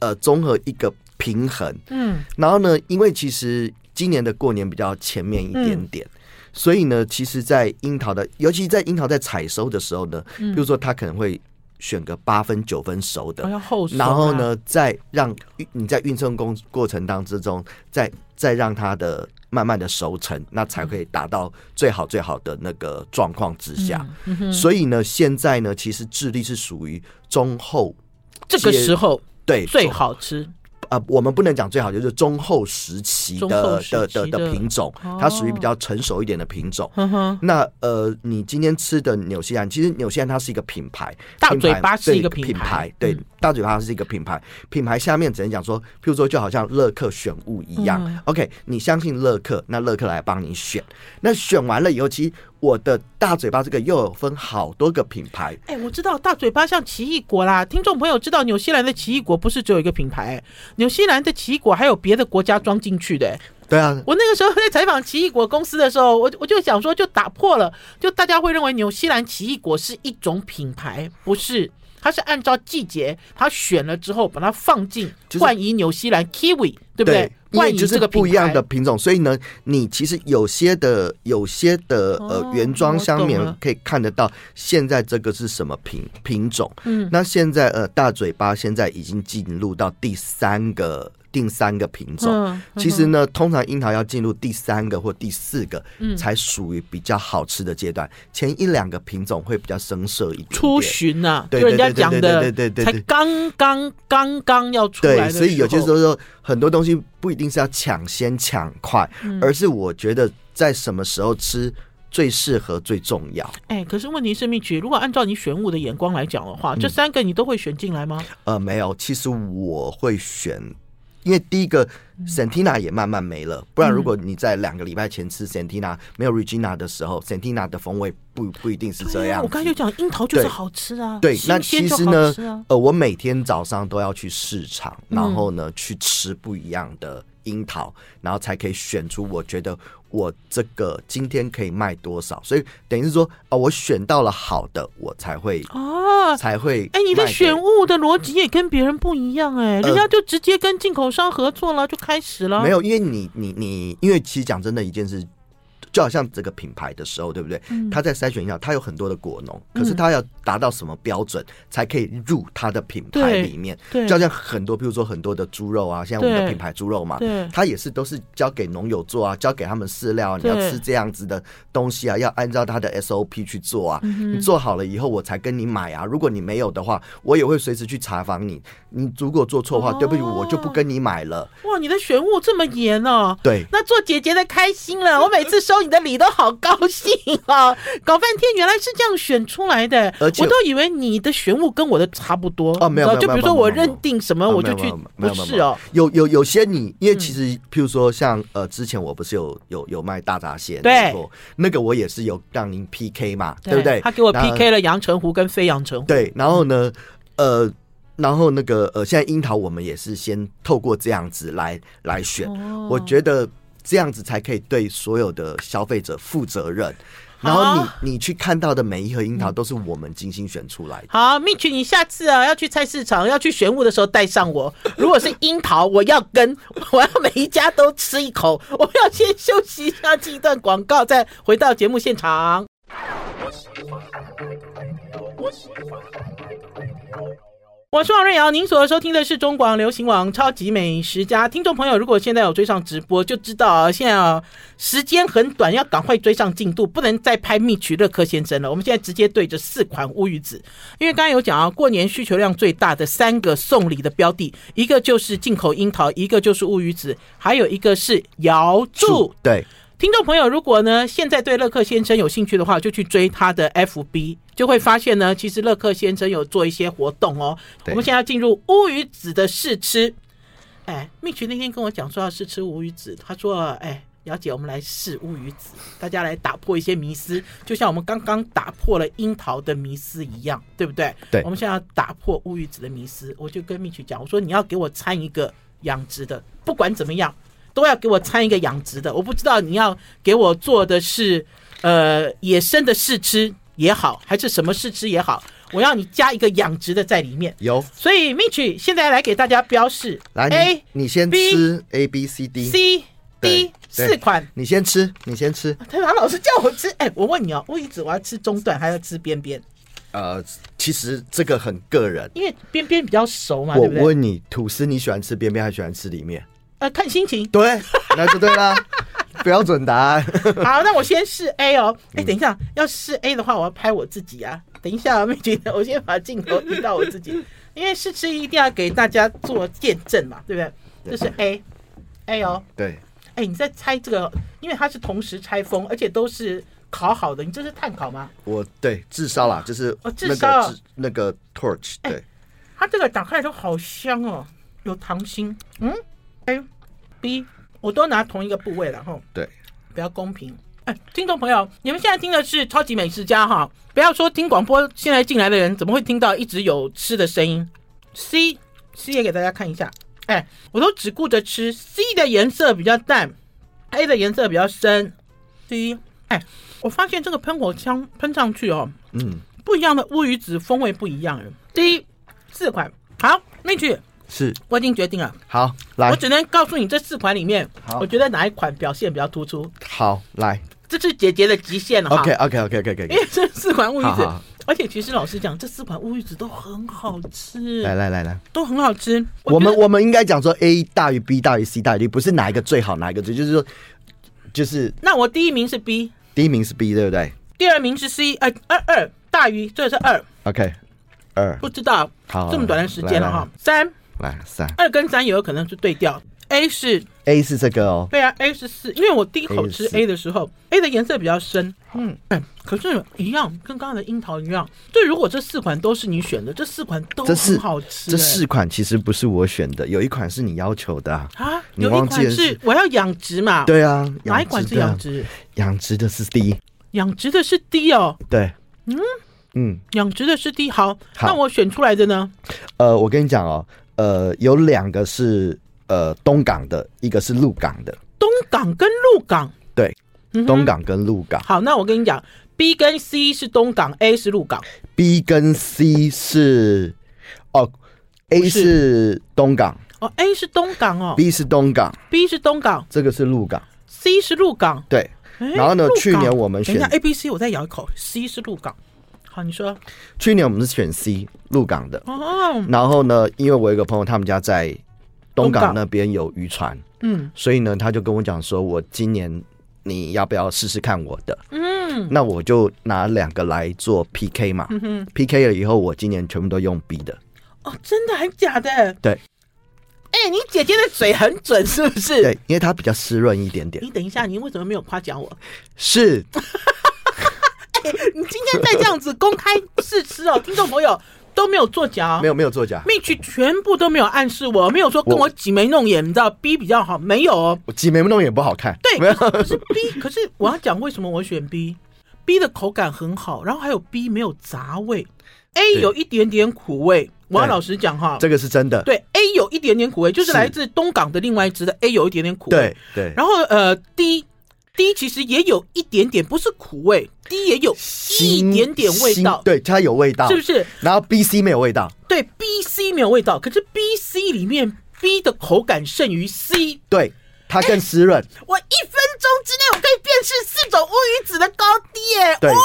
Speaker 3: 呃综合一个平衡，
Speaker 1: 嗯，
Speaker 3: 然后呢，因为其实今年的过年比较前面一点点，
Speaker 1: 嗯
Speaker 3: 所以呢，其实，在樱桃的，尤其在樱桃在采收的时候呢，
Speaker 1: 嗯
Speaker 3: 比如说它可能会选个八分九分熟的，
Speaker 1: 我要啊厚、
Speaker 3: 然后？呢，再让运你在运送工过程当之中，再再让它的慢慢的熟成，那
Speaker 1: 嗯
Speaker 3: 才可以达到最好最好的那个状况之下。
Speaker 1: 嗯
Speaker 3: 所以呢，现在呢，其实智利是属于中后
Speaker 1: 这个
Speaker 3: 接
Speaker 1: 时候
Speaker 3: 对
Speaker 1: 最
Speaker 3: 中
Speaker 1: 好吃，
Speaker 3: 啊，我们不能讲最好，就是中后时期
Speaker 1: 中后
Speaker 3: 的
Speaker 1: 时
Speaker 3: 的
Speaker 1: 期
Speaker 3: 的
Speaker 1: 的哦
Speaker 3: 的品种，它属于比较成熟一点的品种。
Speaker 1: 哼嗯哼，
Speaker 3: 那呃，你今天吃的纽西兰，其实纽西兰它是一个品牌，
Speaker 1: 大
Speaker 3: 品牌
Speaker 1: 嘴巴是
Speaker 3: 对
Speaker 1: 一个品
Speaker 3: 品
Speaker 1: 牌
Speaker 3: 对，
Speaker 1: 嗯
Speaker 3: 大嘴巴是一个品牌，品牌下面只能讲说，譬如说就好像乐客选物一样、
Speaker 1: 嗯
Speaker 3: o k 你相信乐客，那乐客来帮你选，那选完了以后，其实我的大嘴巴这个又有分好多个品牌，
Speaker 1: 哎、我知道大嘴巴像奇异果啦，听众朋友知道纽西兰的奇异果不是只有一个品牌、纽西兰的奇异果还有别的国家装进去的、哎
Speaker 3: 对啊，
Speaker 1: 我那个时候在采访奇异果公司的时候，我我就想说，就打破了，就大家会认为纽西兰奇异果是一种品牌，不是。它是按照季节，它选了之后把它放进
Speaker 3: 就是
Speaker 1: 冠以纽西兰 kiwi，对不对？
Speaker 3: 因
Speaker 1: 冠
Speaker 3: 为
Speaker 1: 以
Speaker 3: 就是
Speaker 1: 这个品
Speaker 3: 不一样
Speaker 1: 牌
Speaker 3: 的品种，所以呢，你其实有些的、有些的
Speaker 1: 哦
Speaker 3: 呃原装
Speaker 1: 我
Speaker 3: 香
Speaker 1: 懂
Speaker 3: 棉
Speaker 1: 了
Speaker 3: 可以看得到，现在这个是什么品品种？嗯，那现在呃大嘴巴现在已经进入到第三个定三个品种。
Speaker 1: 嗯，
Speaker 3: 其实呢，通常樱桃要进入第三个或第四个，
Speaker 1: 嗯
Speaker 3: 才属于比较好吃的阶段。前一两个品种会比较生涩一点点，
Speaker 1: 出巡呐，
Speaker 3: 对
Speaker 1: 就人
Speaker 3: 对
Speaker 1: 家
Speaker 3: 对
Speaker 1: 讲
Speaker 3: 对
Speaker 1: 的
Speaker 3: 对对对
Speaker 1: 才
Speaker 3: 对
Speaker 1: 刚刚刚刚要出来
Speaker 3: 对，
Speaker 1: 的
Speaker 3: 所以有些时
Speaker 1: 候
Speaker 3: 候说很多东西不一定是要抢先抢快，
Speaker 1: 嗯
Speaker 3: 而是我觉得在什么时候吃最适合最重要。
Speaker 1: 哎，可是问题是，蜜菊，如果按照你选物的眼光来讲的
Speaker 3: 嗯
Speaker 1: 话，这三个你都会选进来吗？
Speaker 3: 呃，没有，其实我会选，因为第一个
Speaker 1: 嗯
Speaker 3: Santina 也慢慢没了，不然如果你在两个礼拜前吃 Santina 没有 Regina 的时候，Santina 的风味不不一定是这
Speaker 1: 对啊
Speaker 3: 样
Speaker 1: 我
Speaker 3: 子。
Speaker 1: 刚才就讲，樱桃就是
Speaker 3: 对
Speaker 1: 好吃啊，
Speaker 3: 对，那
Speaker 1: 新鲜
Speaker 3: 其
Speaker 1: 就
Speaker 3: 实
Speaker 1: 好
Speaker 3: 呢
Speaker 1: 吃啊，。嗯
Speaker 3: 呃，我每天早上都要去市场，然后呢去吃不一样的樱桃，然后才可以选出我觉得我这个今天可以卖多少。所以等于是说，啊、我选到了好的，我才会
Speaker 1: 哦，
Speaker 3: 才会。
Speaker 1: 哎，你的选物的逻辑也跟别人不一样哎，人
Speaker 3: 呃
Speaker 1: 家就直接跟进口商合作了，就开始了。
Speaker 3: 没有，因为你你你，因为其实讲真的一件事，就好像这个品牌的时候，对不对？
Speaker 1: 嗯
Speaker 3: 他在筛选一下，他有很多的果农，可是他要达到什么标准才可以入他的品牌
Speaker 1: 对
Speaker 3: 里面？
Speaker 1: 对
Speaker 3: 就好像很多，比如说很多的猪肉啊，现在我们
Speaker 1: 对
Speaker 3: 的品牌猪肉嘛，
Speaker 1: 对
Speaker 3: 它也是都是交给农友做啊，交给他们饲料、啊，你
Speaker 1: 对
Speaker 3: 要吃这样子的东西啊，要按照它的 SOP 去
Speaker 1: 嗯
Speaker 3: 做啊。你做好了以后，我才跟你买啊。如果你没有的话，我也会随时去查访你。你如果做错的话，
Speaker 1: 哦
Speaker 3: 对不起，我就不跟你买了。
Speaker 1: 哇，你的选物这么严哦。
Speaker 3: 对，
Speaker 1: 那做姐姐的开心
Speaker 3: *laughs*
Speaker 1: 了，我每次收你的礼都好高兴哦。搞半天原来是这样选出来的，
Speaker 3: 而且
Speaker 1: 我都以为你的选物跟我的差不多
Speaker 3: 哦没有
Speaker 1: 你知道就
Speaker 3: 没有
Speaker 1: 比如说
Speaker 3: 没有
Speaker 1: 我
Speaker 3: 没有没有
Speaker 1: 认定什么
Speaker 3: 啊
Speaker 1: 我就
Speaker 3: 没有
Speaker 1: 去
Speaker 3: 没有，没
Speaker 1: 不
Speaker 3: 有没有
Speaker 1: 是嗯哦，
Speaker 3: 有有有些你，因为其实譬如说像呃，之前我不是有有有卖大闸蟹，
Speaker 1: 对
Speaker 3: 没错，那个我也是有让您 PK 嘛，对不对？
Speaker 1: 他给我
Speaker 3: 然后
Speaker 1: PK 了阳澄湖跟非阳澄湖，
Speaker 3: 对，然后呢，呃，然后那个呃，现在樱桃我们也是先透过这样子来来选，
Speaker 1: 哦
Speaker 3: 我觉得这样子才可以对所有的消费者负责任。然后
Speaker 1: 好
Speaker 3: 你你去看到的每一盒樱
Speaker 1: 嗯
Speaker 3: 桃都是我们精心选出来的。
Speaker 1: 好，蜜群，你下次啊要去菜市场要去选物的时候带上我。如果是樱桃，我要跟， *laughs* 我要每一家都吃一口。我们要先休息一下，进一段广告，再回到节目现场。我是王瑞瑶，您所收听的是中广流行网《超级美食家》。听众朋友，如果现在有追上直播，就知道啊，现在啊时间很短，要赶快追上进度，不能再拍蜜曲乐科先生了。我们现在直接对着四款乌鱼子，因为刚才有讲啊，过年需求量最大的三个送礼的标的，一个就是进口樱桃，一个就是乌鱼子，还有一个是瑶柱。
Speaker 3: 对，
Speaker 1: 听众朋友，如果呢现在对乐克先生有兴趣的话，就去追他的 FB，就会发现呢，其实乐克先生有做一些活动哦。我
Speaker 3: 对
Speaker 1: 们现在要进入乌鱼子的试吃。哎，蜜群那天跟我讲说要试吃乌鱼子，他说：“哎，姚姐，我们来试乌鱼子，大家来打破一些迷思，就像我们刚刚打破了樱桃的迷思一样，对不对？”
Speaker 3: 对
Speaker 1: 我们现在要打破乌鱼子的迷思。我就跟蜜群讲，我说你要给我掺一个养殖的，不管怎么样都要给我掺一个养殖的。我不知道你要给我做的是呃野生的试吃也好，还是什么试吃也好，我要你加一个养殖的在里面。
Speaker 3: 有
Speaker 1: 所以 Mitch 现在来给大家标示，
Speaker 3: 来
Speaker 1: ，A
Speaker 3: 你你先
Speaker 1: B
Speaker 3: 吃 A B C D
Speaker 1: C D
Speaker 3: 对对
Speaker 1: 四款。
Speaker 3: 你先吃，你先吃。
Speaker 1: 他老师叫我吃，哎、我问你哦，乌鱼子我要吃中段，还要吃边边，
Speaker 3: 呃，其实这个很个人。
Speaker 1: 因为边边比较熟嘛，啊
Speaker 3: 我
Speaker 1: 对不对？
Speaker 3: 问你，吐司你喜欢吃边边还是喜欢吃里面？
Speaker 1: 呃，看心
Speaker 3: *laughs*
Speaker 1: 情。
Speaker 3: 对，那就对啦，标准答案。
Speaker 1: 好，那我先试 A 哦。哎、
Speaker 3: 嗯
Speaker 1: 等一下，要试 A 的话，我要拍我自己啊。等一下、啊，妹觉得我先把镜头移到我自己，因为试吃一定要给大家做见证嘛，对不对？这是 A，A 哦。
Speaker 3: *laughs* 对，
Speaker 1: 哎、你在拆这个，因为它是同时拆封，而且都是烤好的。你这是炭烤吗？
Speaker 3: 我对炙烧啦，就是
Speaker 1: 哦炙
Speaker 3: 那
Speaker 1: 烧哎
Speaker 3: 个那个 torch，对，
Speaker 1: 它这个打开来都好香哦，有糖心。嗯，A、B，我都拿同一个部位了哈。
Speaker 3: 对，
Speaker 1: 比较公平。哎，听众朋友，你们现在听的是《超级美食家》哈，不要说听广播，现在进来的人怎么会听到一直有吃的声音？C C 也给大家看一下，哎，我都只顾着吃，C 的颜色比较淡，A 的颜色比较深，C，哎，我发现这个喷火枪喷上去哦，
Speaker 3: 嗯，
Speaker 1: 不一样的乌鱼子风味不一样。D 四款，好，那句
Speaker 3: 是
Speaker 1: 我已经决定了，
Speaker 3: 好来
Speaker 1: 我，只能告诉你这四款里面
Speaker 3: 哎好，
Speaker 1: 我觉得哪一款表现比较突出，
Speaker 3: 好来
Speaker 1: 这是姐姐的极限了哈。
Speaker 3: ，OK OK OK OK
Speaker 1: 因
Speaker 3: OK，
Speaker 1: 为这四款物语
Speaker 3: 好
Speaker 1: 子
Speaker 3: 好，
Speaker 1: 而且其实老实讲，这四款乌鱼子都很好吃，
Speaker 3: 来来来来，
Speaker 1: 都很好吃。
Speaker 3: 我们
Speaker 1: 觉得
Speaker 3: 我们应该讲说 A 大于 B 大于 C 大于 D，不是哪一个最好，哪一个最，就是说，就是
Speaker 1: 那我第一名是 B，
Speaker 3: 第一名是 B，对不对
Speaker 1: 第二名是 C，呃，二二大于这是二，
Speaker 3: ？OK，二
Speaker 1: 不知道
Speaker 3: 好
Speaker 1: 这么短的时间了哈。三
Speaker 3: 来三
Speaker 1: 二跟三有可能是对调，A 是
Speaker 3: A 是这个哦，
Speaker 1: 对啊，A 是四，因为我第一口
Speaker 3: A
Speaker 1: 吃
Speaker 3: 是四
Speaker 1: A 的时候，A 的颜色比较深，嗯，哎可是一样，跟刚刚的樱桃一样，就如果这四款都是你选的，这四款都
Speaker 3: 这是
Speaker 1: 很好吃、
Speaker 3: 这
Speaker 1: 哎
Speaker 3: 四款其实不是我选的，有一款是你要求的啊。
Speaker 1: 啊，
Speaker 3: 你
Speaker 1: 有一
Speaker 3: 忘记
Speaker 1: 款
Speaker 3: 了
Speaker 1: 是我要养殖嘛，，
Speaker 3: 对啊，
Speaker 1: 哪一
Speaker 3: 殖
Speaker 1: 款是
Speaker 3: 对啊
Speaker 1: 养殖？
Speaker 3: 养殖的是 D，
Speaker 1: 养殖的是 D 哦，
Speaker 3: 对，嗯嗯，
Speaker 1: 养殖的是 D，好，
Speaker 3: 好
Speaker 1: 那我选出来的呢？
Speaker 3: 呃，我跟你讲哦，呃，有两个是呃东港的，一个是鹿港的，
Speaker 1: 东港跟鹿港，
Speaker 3: 对，
Speaker 1: 嗯哼
Speaker 3: 东港跟鹿港、
Speaker 1: 好，那我跟你讲，B 跟 C 是东港，A 是鹿港，
Speaker 3: b 跟 C 是哦，A 是东港
Speaker 1: 哦，A 是东港哦
Speaker 3: ，B 是东港，
Speaker 1: ，B 是东港
Speaker 3: 这个是鹿港，
Speaker 1: ，C 是鹿港。
Speaker 3: 对。
Speaker 1: 哎
Speaker 3: 然后呢
Speaker 1: 鹿港
Speaker 3: 去年我们选
Speaker 1: 等一下 A、B、C，我再咬一口，C 是鹿港。好，你说
Speaker 3: 去年我们是选 C 鹿港的，
Speaker 1: 哦，
Speaker 3: 然后呢，因为我有一个朋友，他们家在东
Speaker 1: 东港
Speaker 3: 港那边有渔船，
Speaker 1: 嗯
Speaker 3: 所以呢，他就跟我讲说，我今年你要不要试试看我的？
Speaker 1: 嗯
Speaker 3: 那我就拿两个来做 PK 嘛。
Speaker 1: 嗯哼，
Speaker 3: PK 了以后，我今年全部都用 B 的。
Speaker 1: 哦，真的还假的？
Speaker 3: 对
Speaker 1: 哎、你姐姐的嘴很准，是不是？
Speaker 3: 对，因为它比较湿润一点点。
Speaker 1: 你等一下，你为什么没有夸奖我？
Speaker 3: 是，
Speaker 1: 你今天再这样子公开试吃哦，听众朋友都没有作假、哦，
Speaker 3: 没有没有作假。
Speaker 1: 蜜曲全部都没有暗示我，没有说跟我
Speaker 3: 我
Speaker 1: 挤眉弄眼，你知道 B 比较好，没有哦。
Speaker 3: 我挤眉弄眼不好看。
Speaker 1: 对
Speaker 3: 没有。
Speaker 1: 可是 B，可是我要讲为什么我选 B，B 的口感很好，然后还有 B 没有杂味，A
Speaker 3: 对
Speaker 1: 有一点点苦味。我要
Speaker 3: 对
Speaker 1: 老实讲哈，
Speaker 3: 这个是真的。
Speaker 1: 对 A 有一点点苦味，就是
Speaker 3: 是
Speaker 1: 来自东港的另外一支的 A 有一点点苦味。
Speaker 3: 对对，
Speaker 1: 然后呃 D D 其实也有一点点，不是苦味，D 也有一
Speaker 3: 腥
Speaker 1: 点点味
Speaker 3: 腥
Speaker 1: 道，
Speaker 3: 对，它有味道，
Speaker 1: 是不？是？
Speaker 3: 然后 B、C 没有味道。
Speaker 1: 对 B C 没有味道，可是 B C 里面 B 的口感胜于 C。
Speaker 3: 对，它
Speaker 1: 哎
Speaker 3: 更湿润。
Speaker 1: 我一分钟之内我可以辨识四种乌鱼子的高低耶！
Speaker 3: 对
Speaker 1: 哇，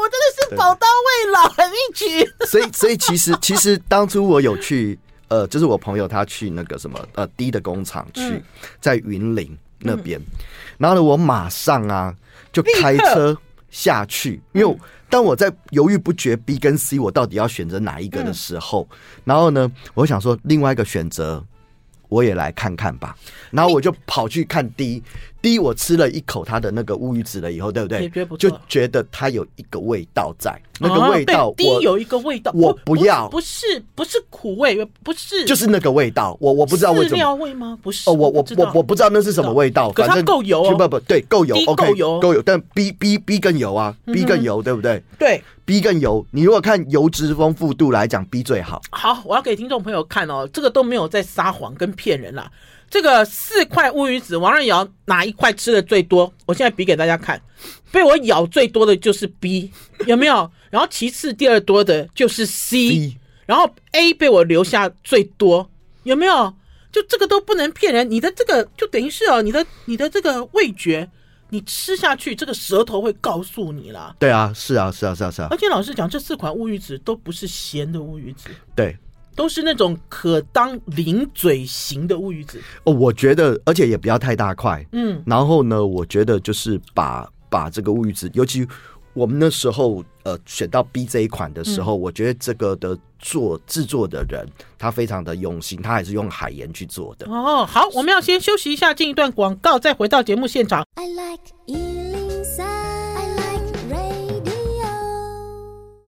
Speaker 1: 我真的是宝刀未老，很一局。
Speaker 3: 所以，所以其实其实当初我有去，呃，就是我朋友他去那个什么呃低的工厂
Speaker 1: 嗯
Speaker 3: 去，在云林那边，然后呢，我马上啊就开车下去，
Speaker 1: 嗯
Speaker 3: 因为我当我在犹豫不决 B 跟 C 我到底要选择哪一个
Speaker 1: 嗯
Speaker 3: 的时候，然后呢，我想说另外一个选择。我也来看看吧，然后我就跑去看 D，D 我吃了一口它的那个乌鱼子了以后，对不
Speaker 1: 也
Speaker 3: 对
Speaker 1: 觉得不？错
Speaker 3: 就觉得它有一个味道在，那个味道
Speaker 1: 哦
Speaker 3: 我
Speaker 1: 对 D 有一个味道，
Speaker 3: 我
Speaker 1: 不
Speaker 3: 不要
Speaker 1: 不是不是苦味，不是
Speaker 3: 就是那个味道，我我不知道为什
Speaker 1: 饲
Speaker 3: 么。
Speaker 1: 料味吗？不是
Speaker 3: 哦，我我
Speaker 1: 不知道
Speaker 3: 我我不知道那是什么味道，
Speaker 1: 可是它
Speaker 3: 反正
Speaker 1: 够油哦
Speaker 3: 不不不对，够油
Speaker 1: D
Speaker 3: ，OK，
Speaker 1: 够油哦嗯
Speaker 3: 够油，但 B B B 更油啊，B 更油，对不对
Speaker 1: 对。
Speaker 3: ？B 更油，你如果看油脂丰富度来讲，B 最好。
Speaker 1: 好，我要给听众朋友看哦，这个都没有在撒谎跟骗人啦。这个四块乌鱼子，王瑞瑶哪一块吃的最多？我现在比给大家看，被我咬最多的就是 B，有没有？ *laughs* 然后其次第二多的就是 C，,
Speaker 3: B
Speaker 1: 然后 A 被我留下最多，有没有？就这个都不能骗人，你的这个就等于是哦，你的你的这个味觉，你吃下去，这个舌头会告诉你啦。
Speaker 3: 对啊，是啊，是啊，是啊，是啊
Speaker 1: 而，且老实讲，这四款乌鱼子都不是咸的乌鱼子。
Speaker 3: 对。
Speaker 1: 都是那种可当零嘴型的乌鱼子。
Speaker 3: 哦，我觉得，而且也不要太大块。
Speaker 1: 嗯，
Speaker 3: 然后呢，我觉得就是把把这个乌鱼子，尤其我们那时候呃选到 B 这一款的时候，
Speaker 1: 嗯
Speaker 3: 我觉得这个的做制作的人他非常的用心，他还是用海盐去做的。
Speaker 1: 哦，好，我们要先休息一下，进一段广告，再回到节目现场。
Speaker 4: I like Ealing Sound. I like radio.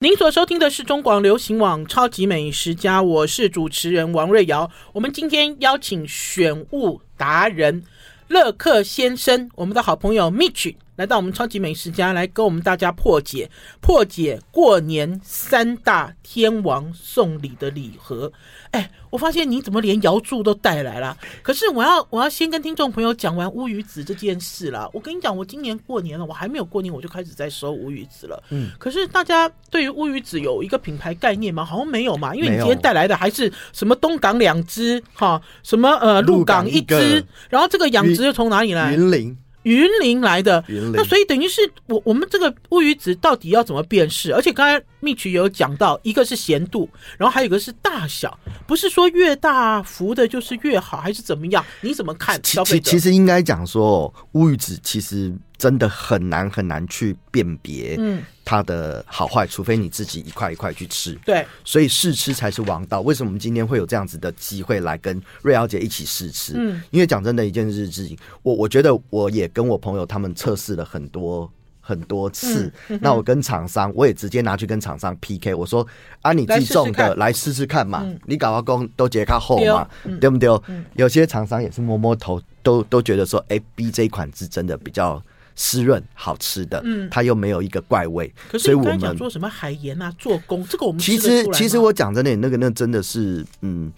Speaker 1: 您所收听的是中广流行网《超级美食家》，我是主持人王瑞瑶。我们今天邀请选物达人乐克先生，我们的好朋友 Mitch 来到我们《超级美食家》，来跟我们大家破解破解过年三大天王送礼的礼盒。哎，我发现你怎么连瑶柱都带来了？可是我要我要先跟听众朋友讲完乌鱼子这件事啦。我跟你讲，我今年过年了，我还没有过年，我就开始在收乌鱼子了。
Speaker 3: 嗯
Speaker 1: 可是大家对于乌鱼子有一个品牌概念吗？好像没有嘛，因为你
Speaker 3: 没有
Speaker 1: 今天带来的还是什么东港两只哈，什么呃
Speaker 3: 鹿
Speaker 1: 鹿港
Speaker 3: 港
Speaker 1: 一
Speaker 3: 一个
Speaker 1: 只，然后这个养殖又从哪里来？
Speaker 3: 云林，
Speaker 1: 云林来的。
Speaker 3: 云林
Speaker 1: 那所以等于是我我们这个乌鱼子到底要怎么辨识？而且刚才蜜曲有讲到，一个是咸度，然后还有一个是大小，不是说越大浮的就是越好，还是怎么样？你怎么看
Speaker 3: 其
Speaker 1: 消
Speaker 3: 其
Speaker 1: 费
Speaker 3: 其
Speaker 1: 者？
Speaker 3: 实应该讲说，乌鱼子其实真的很难很难去辨别
Speaker 1: 嗯，
Speaker 3: 它的好坏，除非你自己一块一块去吃。
Speaker 1: 对，
Speaker 3: 所以试吃才是王道。为什么我们今天会有这样子的机会来跟瑞瑶姐一起试吃？
Speaker 1: 嗯，
Speaker 3: 因为讲真的一件事情，我我觉得我也跟我朋友他们测试了很多。很多次，
Speaker 1: 嗯
Speaker 3: 那我跟厂商，我也直接拿去跟厂商 PK。我说啊，你自己种的来试试看
Speaker 1: 嗯
Speaker 3: 嘛，你搞到工都结靠后嘛，
Speaker 1: 哦
Speaker 3: 对不对？有些厂商也是摸摸头，都都觉得说，哎、b 这一款是真的比较湿润、好吃的，
Speaker 1: 嗯
Speaker 3: 它又没有一个怪味，
Speaker 1: 可
Speaker 3: 所
Speaker 1: 是
Speaker 3: 以
Speaker 1: 你
Speaker 3: 我
Speaker 1: 刚才
Speaker 3: 们
Speaker 1: 讲说什么海盐啊、做工，这个我们
Speaker 3: 其
Speaker 1: 吃得
Speaker 3: 实
Speaker 1: 出来
Speaker 3: 其实
Speaker 1: 吗
Speaker 3: 我讲真的，那个那真的是，嗯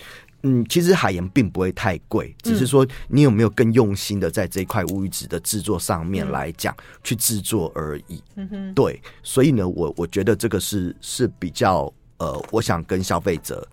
Speaker 3: 嗯，其实海盐并不会太贵，只是说你有没有更用心的在这一块乌鱼子的制作上面来讲、去制作而已。
Speaker 1: 嗯哼，
Speaker 3: 对，所以呢，我我觉得这个是是比较呃，我想跟消费者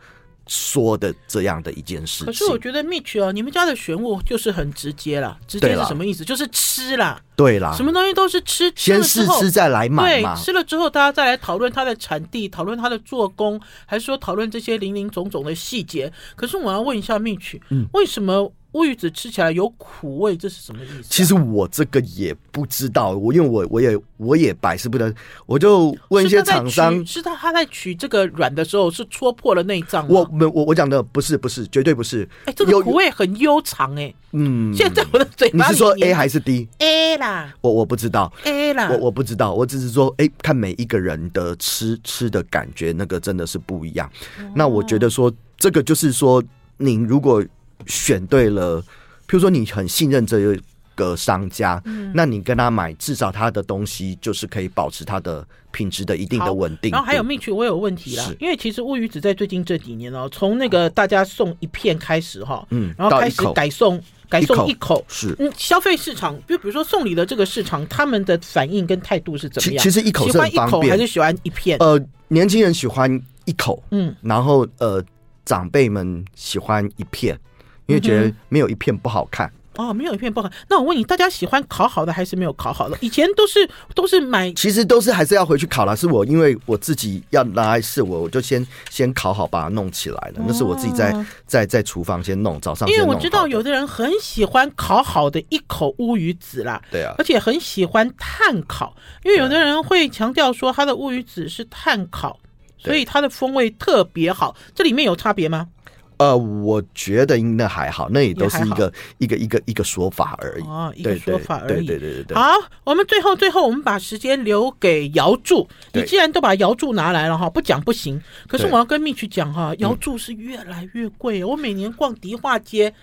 Speaker 3: 说的这样的一件事情。
Speaker 1: 可是我觉得蜜曲哦，你们家的选物就是很直接啦，直接
Speaker 3: 对
Speaker 1: 是
Speaker 3: 啦
Speaker 1: 什么意思？就是吃啦，
Speaker 3: 对啦
Speaker 1: 什，么东西都是吃，吃
Speaker 3: 先
Speaker 1: 了之
Speaker 3: 试
Speaker 1: 后
Speaker 3: 吃再来买
Speaker 1: 对
Speaker 3: 嘛，。
Speaker 1: 吃了之后大家再来讨论它的产地，讨论它的做工，还是说讨论这些零零总总的细节。可是我要问一下蜜曲，
Speaker 3: 嗯
Speaker 1: 为什么乌鱼子吃起来有苦味？这是什么意思啊、
Speaker 3: 其实我这个也不知道，我因为我我也我也百思不得，我就问一
Speaker 1: 是
Speaker 3: 些
Speaker 1: 他在
Speaker 3: 厂商
Speaker 1: 取，是他他在取这个软的时候是戳破了内脏吗。
Speaker 3: 我没我我讲的不是不是，绝对不是。
Speaker 1: 嗯哎、这
Speaker 3: 有
Speaker 1: 个苦味很悠长哎、
Speaker 3: 嗯，
Speaker 1: 现在在我的嘴
Speaker 3: 你
Speaker 1: 巴里
Speaker 3: 是说
Speaker 1: 面哎
Speaker 3: A 还是 D？
Speaker 1: A 啦
Speaker 3: 我我不知道，
Speaker 1: A 啦，
Speaker 3: 我我不知道，我只是说，哎、看每一个人的吃吃的感觉，那个真的是不一样。
Speaker 1: 哦
Speaker 3: 那我觉得说，这个就是说，你如果选对了，譬如说你很信任这一个商家，
Speaker 1: 嗯
Speaker 3: 那你跟他买，至少他的东西就是可以保持它的品质的一定的
Speaker 1: 好
Speaker 3: 稳定度。
Speaker 1: 然后还有蜜曲，我有问题啦
Speaker 3: 是，
Speaker 1: 因为其实乌鱼子在最近这几年哦，从那个大家送一片开始哈、
Speaker 3: 嗯
Speaker 1: 然后
Speaker 3: 到
Speaker 1: 开
Speaker 3: 一
Speaker 1: 始
Speaker 3: 口
Speaker 1: 改送改送
Speaker 3: 一口
Speaker 1: 一口，
Speaker 3: 是
Speaker 1: 嗯，消费市场就比如说送礼的这个市场，他们的反应跟态度是怎么
Speaker 3: 其
Speaker 1: 样？
Speaker 3: 其实一口
Speaker 1: 喜
Speaker 3: 是很
Speaker 1: 欢一
Speaker 3: 方
Speaker 1: 口
Speaker 3: 便
Speaker 1: 还是喜欢一片？
Speaker 3: 呃，年轻人喜欢一口，
Speaker 1: 嗯，
Speaker 3: 然后呃，长辈们喜欢一片，因为
Speaker 1: 嗯
Speaker 3: 觉得没有一片不好看。
Speaker 1: 哦，没有一片不好。那我问你，大家喜欢烤好的还是没有烤好的？以前都是都是买
Speaker 3: 其实都是还是要回去烤啦，是我因为我自己要拿来试，我我就先先烤好把它弄起来了，那是我自己在在在厨房先弄，早上
Speaker 1: 哦因
Speaker 3: 先
Speaker 1: 为
Speaker 3: 弄
Speaker 1: 我
Speaker 3: 好
Speaker 1: 知道
Speaker 3: 的
Speaker 1: 有的人很喜欢烤好的一口乌鱼子啦，
Speaker 3: 对啊
Speaker 1: 而且很喜欢炭烤，因为有的人会强调说他的乌鱼子是炭烤，所以它的风味特别好。这里面有差别吗？
Speaker 3: 呃，我觉得那还好，那也都是
Speaker 1: 也还
Speaker 3: 一
Speaker 1: 好
Speaker 3: 个一个一个一个说法而已，
Speaker 1: 哦一个
Speaker 3: 对对
Speaker 1: 说法而已啊
Speaker 3: 对对对对对。
Speaker 1: 好，我们最后最后我们把时间留给姚柱。你
Speaker 3: 对
Speaker 1: 既然都把姚柱拿来了哈，不讲不行。可是
Speaker 3: 对嗯
Speaker 1: 我要跟蜜去讲哈，姚柱是越来越贵。哦我每年逛迪化街，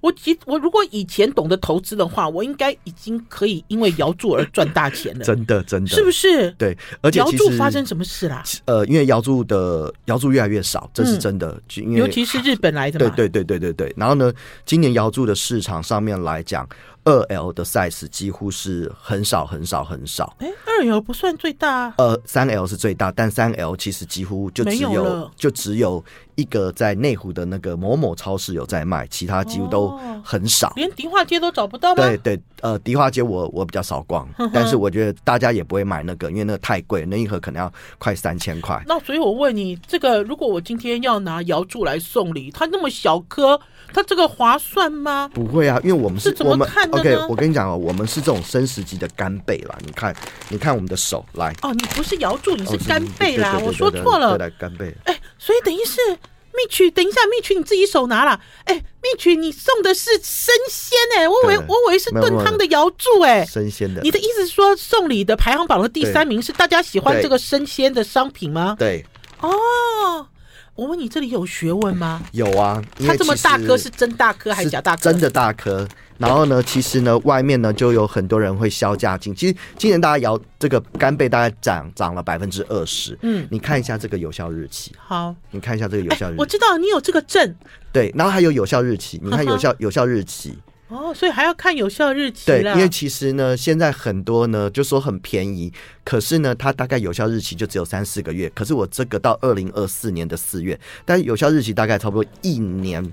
Speaker 1: 我其我如果以前懂得投资的话，我应该已经可以因为姚柱而赚大钱了，
Speaker 3: *laughs* 真的真的
Speaker 1: 是不是？
Speaker 3: 对，而且
Speaker 1: 姚
Speaker 3: 其
Speaker 1: 柱
Speaker 3: 实
Speaker 1: 发生什么事啦？
Speaker 3: 呃，因为瑶柱的瑶柱越来越少，这是真的，就因
Speaker 1: 嗯
Speaker 3: 为
Speaker 1: 尤其是日本来的
Speaker 3: 对
Speaker 1: 嘛，
Speaker 3: 对对对对对。然后呢，今年瑶柱的市场上面来讲，二 L 的 size 几乎是很少很少很少。
Speaker 1: 哎，二油不算最大啊，
Speaker 3: 呃，三 L 是最大，但三 L 其实几乎就只
Speaker 1: 没有
Speaker 3: 有
Speaker 1: 了
Speaker 3: 就只有一个在内湖的那个某某超市有在卖，其他几乎都
Speaker 1: 哦
Speaker 3: 很少。
Speaker 1: 连迪化街都找不到吗？
Speaker 3: 对对，呃，迪化街我我比较少
Speaker 1: *laughs*
Speaker 3: 逛，但是我觉得大家也不会买那个，因为那个太贵，那一盒可能要快三千块。
Speaker 1: 那所以我问你，这个如果我今天要拿瑶柱来送礼，它那么小颗，它这个划算吗？
Speaker 3: 不会啊，因为我们是
Speaker 1: 是怎么
Speaker 3: 我们
Speaker 1: 看的
Speaker 3: OK，
Speaker 1: 呢
Speaker 3: 我跟你讲哦，我们是这种生食级的干贝啦。你看，你看我们的手来，
Speaker 1: 哦，你不是瑶柱，你是
Speaker 3: 哦
Speaker 1: 干贝啦，
Speaker 3: 对对对对
Speaker 1: 我说
Speaker 3: 对对
Speaker 1: 错
Speaker 3: 对
Speaker 1: 了。
Speaker 3: 对，干贝。
Speaker 1: 哎，所以等于是蜜曲，等一下蜜曲你自己手拿啦。哎，蜜曲你送的是生鲜哎、我以为
Speaker 3: 对
Speaker 1: 我以为是
Speaker 3: 没有
Speaker 1: 炖
Speaker 3: 没有
Speaker 1: 汤的瑶柱哎、
Speaker 3: 生鲜的。
Speaker 1: 你的意思是说送礼的排行榜的第三名是大家喜欢
Speaker 3: 对
Speaker 1: 这个生鲜的商品吗？
Speaker 3: 对
Speaker 1: 哦，我问你这里有学问吗？
Speaker 3: 有啊，因
Speaker 1: 它
Speaker 3: 为
Speaker 1: 这么
Speaker 3: 其实
Speaker 1: 大颗是真大颗还是假大颗？
Speaker 3: 真的大颗。然后呢，其实呢，外面呢就有很多人会销价金。其实今年大家摇这个干贝大概涨涨了百分之二十。
Speaker 1: 嗯
Speaker 3: 你看一下这个有效日期，
Speaker 1: 好。
Speaker 3: 你看一下这个有
Speaker 1: 哎
Speaker 3: 效日期，
Speaker 1: 我知道你有这个证
Speaker 3: 对，然后还有有效日期，你看
Speaker 1: 呵呵
Speaker 3: 有效有效日期，
Speaker 1: 哦，所以还要看有效日期
Speaker 3: 对，
Speaker 1: 啦。
Speaker 3: 因为其实呢，现在很多呢就说很便宜，可是呢，它大概有效日期就只有三四个月。可是我这个到二零二四年的四月，但有效日期大概差不多一年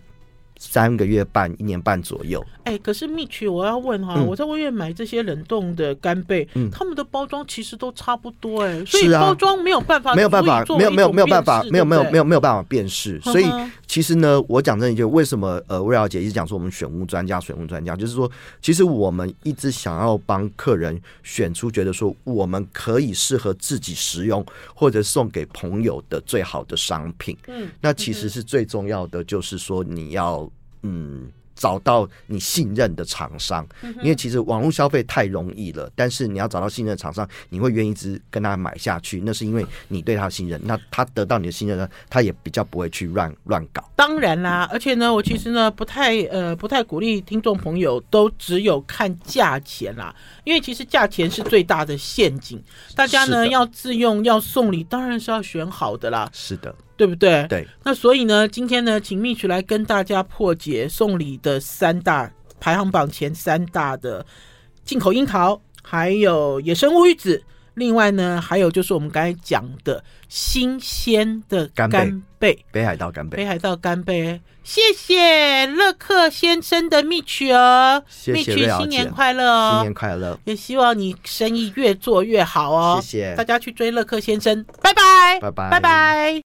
Speaker 3: 三个月半、一年半左右。
Speaker 1: 哎，可是蜜曲，我要问哈，
Speaker 3: 嗯
Speaker 1: 我在外面买这些冷冻的干贝，
Speaker 3: 嗯
Speaker 1: 他们的包装其实都差不多哎，所以
Speaker 3: 是啊
Speaker 1: 包装没有办法，
Speaker 3: 没有办法，没有没有没有办法，没有没有没
Speaker 1: 有，
Speaker 3: 有没有办法辨识。所以
Speaker 1: 嗯哼
Speaker 3: 其实呢，我讲真的，就为什么呃，魏小姐一直讲说我们选物专家，选物专家，就是说，其实我们一直想要帮客人选出觉得说我们可以适合自己食用或者送给朋友的最好的商品。
Speaker 1: 嗯，
Speaker 3: 那其实是最重要的，就是说你要嗯。找到你信任的厂商，
Speaker 1: 嗯
Speaker 3: 因为其实网络消费太容易了，但是你要找到信任的厂商，你会愿意一直跟他买下去，那是因为你对他的信任。那他得到你的信任呢，他也比较不会去乱乱搞。
Speaker 1: 当然啦，而且呢，我其实呢不太呃不太鼓励听众朋友都只有看价钱啦，因为其实价钱是最大的陷阱。大家
Speaker 3: 是
Speaker 1: 呢
Speaker 3: 的
Speaker 1: 要自用要送礼，当然是要选好的啦，
Speaker 3: 是的，
Speaker 1: 对不对？
Speaker 3: 对，
Speaker 1: 那所以呢，今天呢，请蜜雪来跟大家破解送礼的三大排行榜前三大的进口樱桃，还有野生乌鱼子。另外呢，还有就是我们刚才讲的新鲜的
Speaker 3: 干贝
Speaker 1: 干贝
Speaker 3: 北海道干
Speaker 1: 北
Speaker 3: 贝，
Speaker 1: 海道干贝，谢谢乐克先生的蜜曲哦，
Speaker 3: 谢
Speaker 1: 蜜
Speaker 3: 谢
Speaker 1: 曲
Speaker 3: 瑞瑶
Speaker 1: 新年
Speaker 3: 姐
Speaker 1: 快乐
Speaker 3: 新
Speaker 1: 哦
Speaker 3: 年，快乐！
Speaker 1: 也希望你生意越做越好哦，
Speaker 3: 谢谢
Speaker 1: 大家去追乐克先生，拜拜，
Speaker 3: 拜拜
Speaker 1: 拜拜。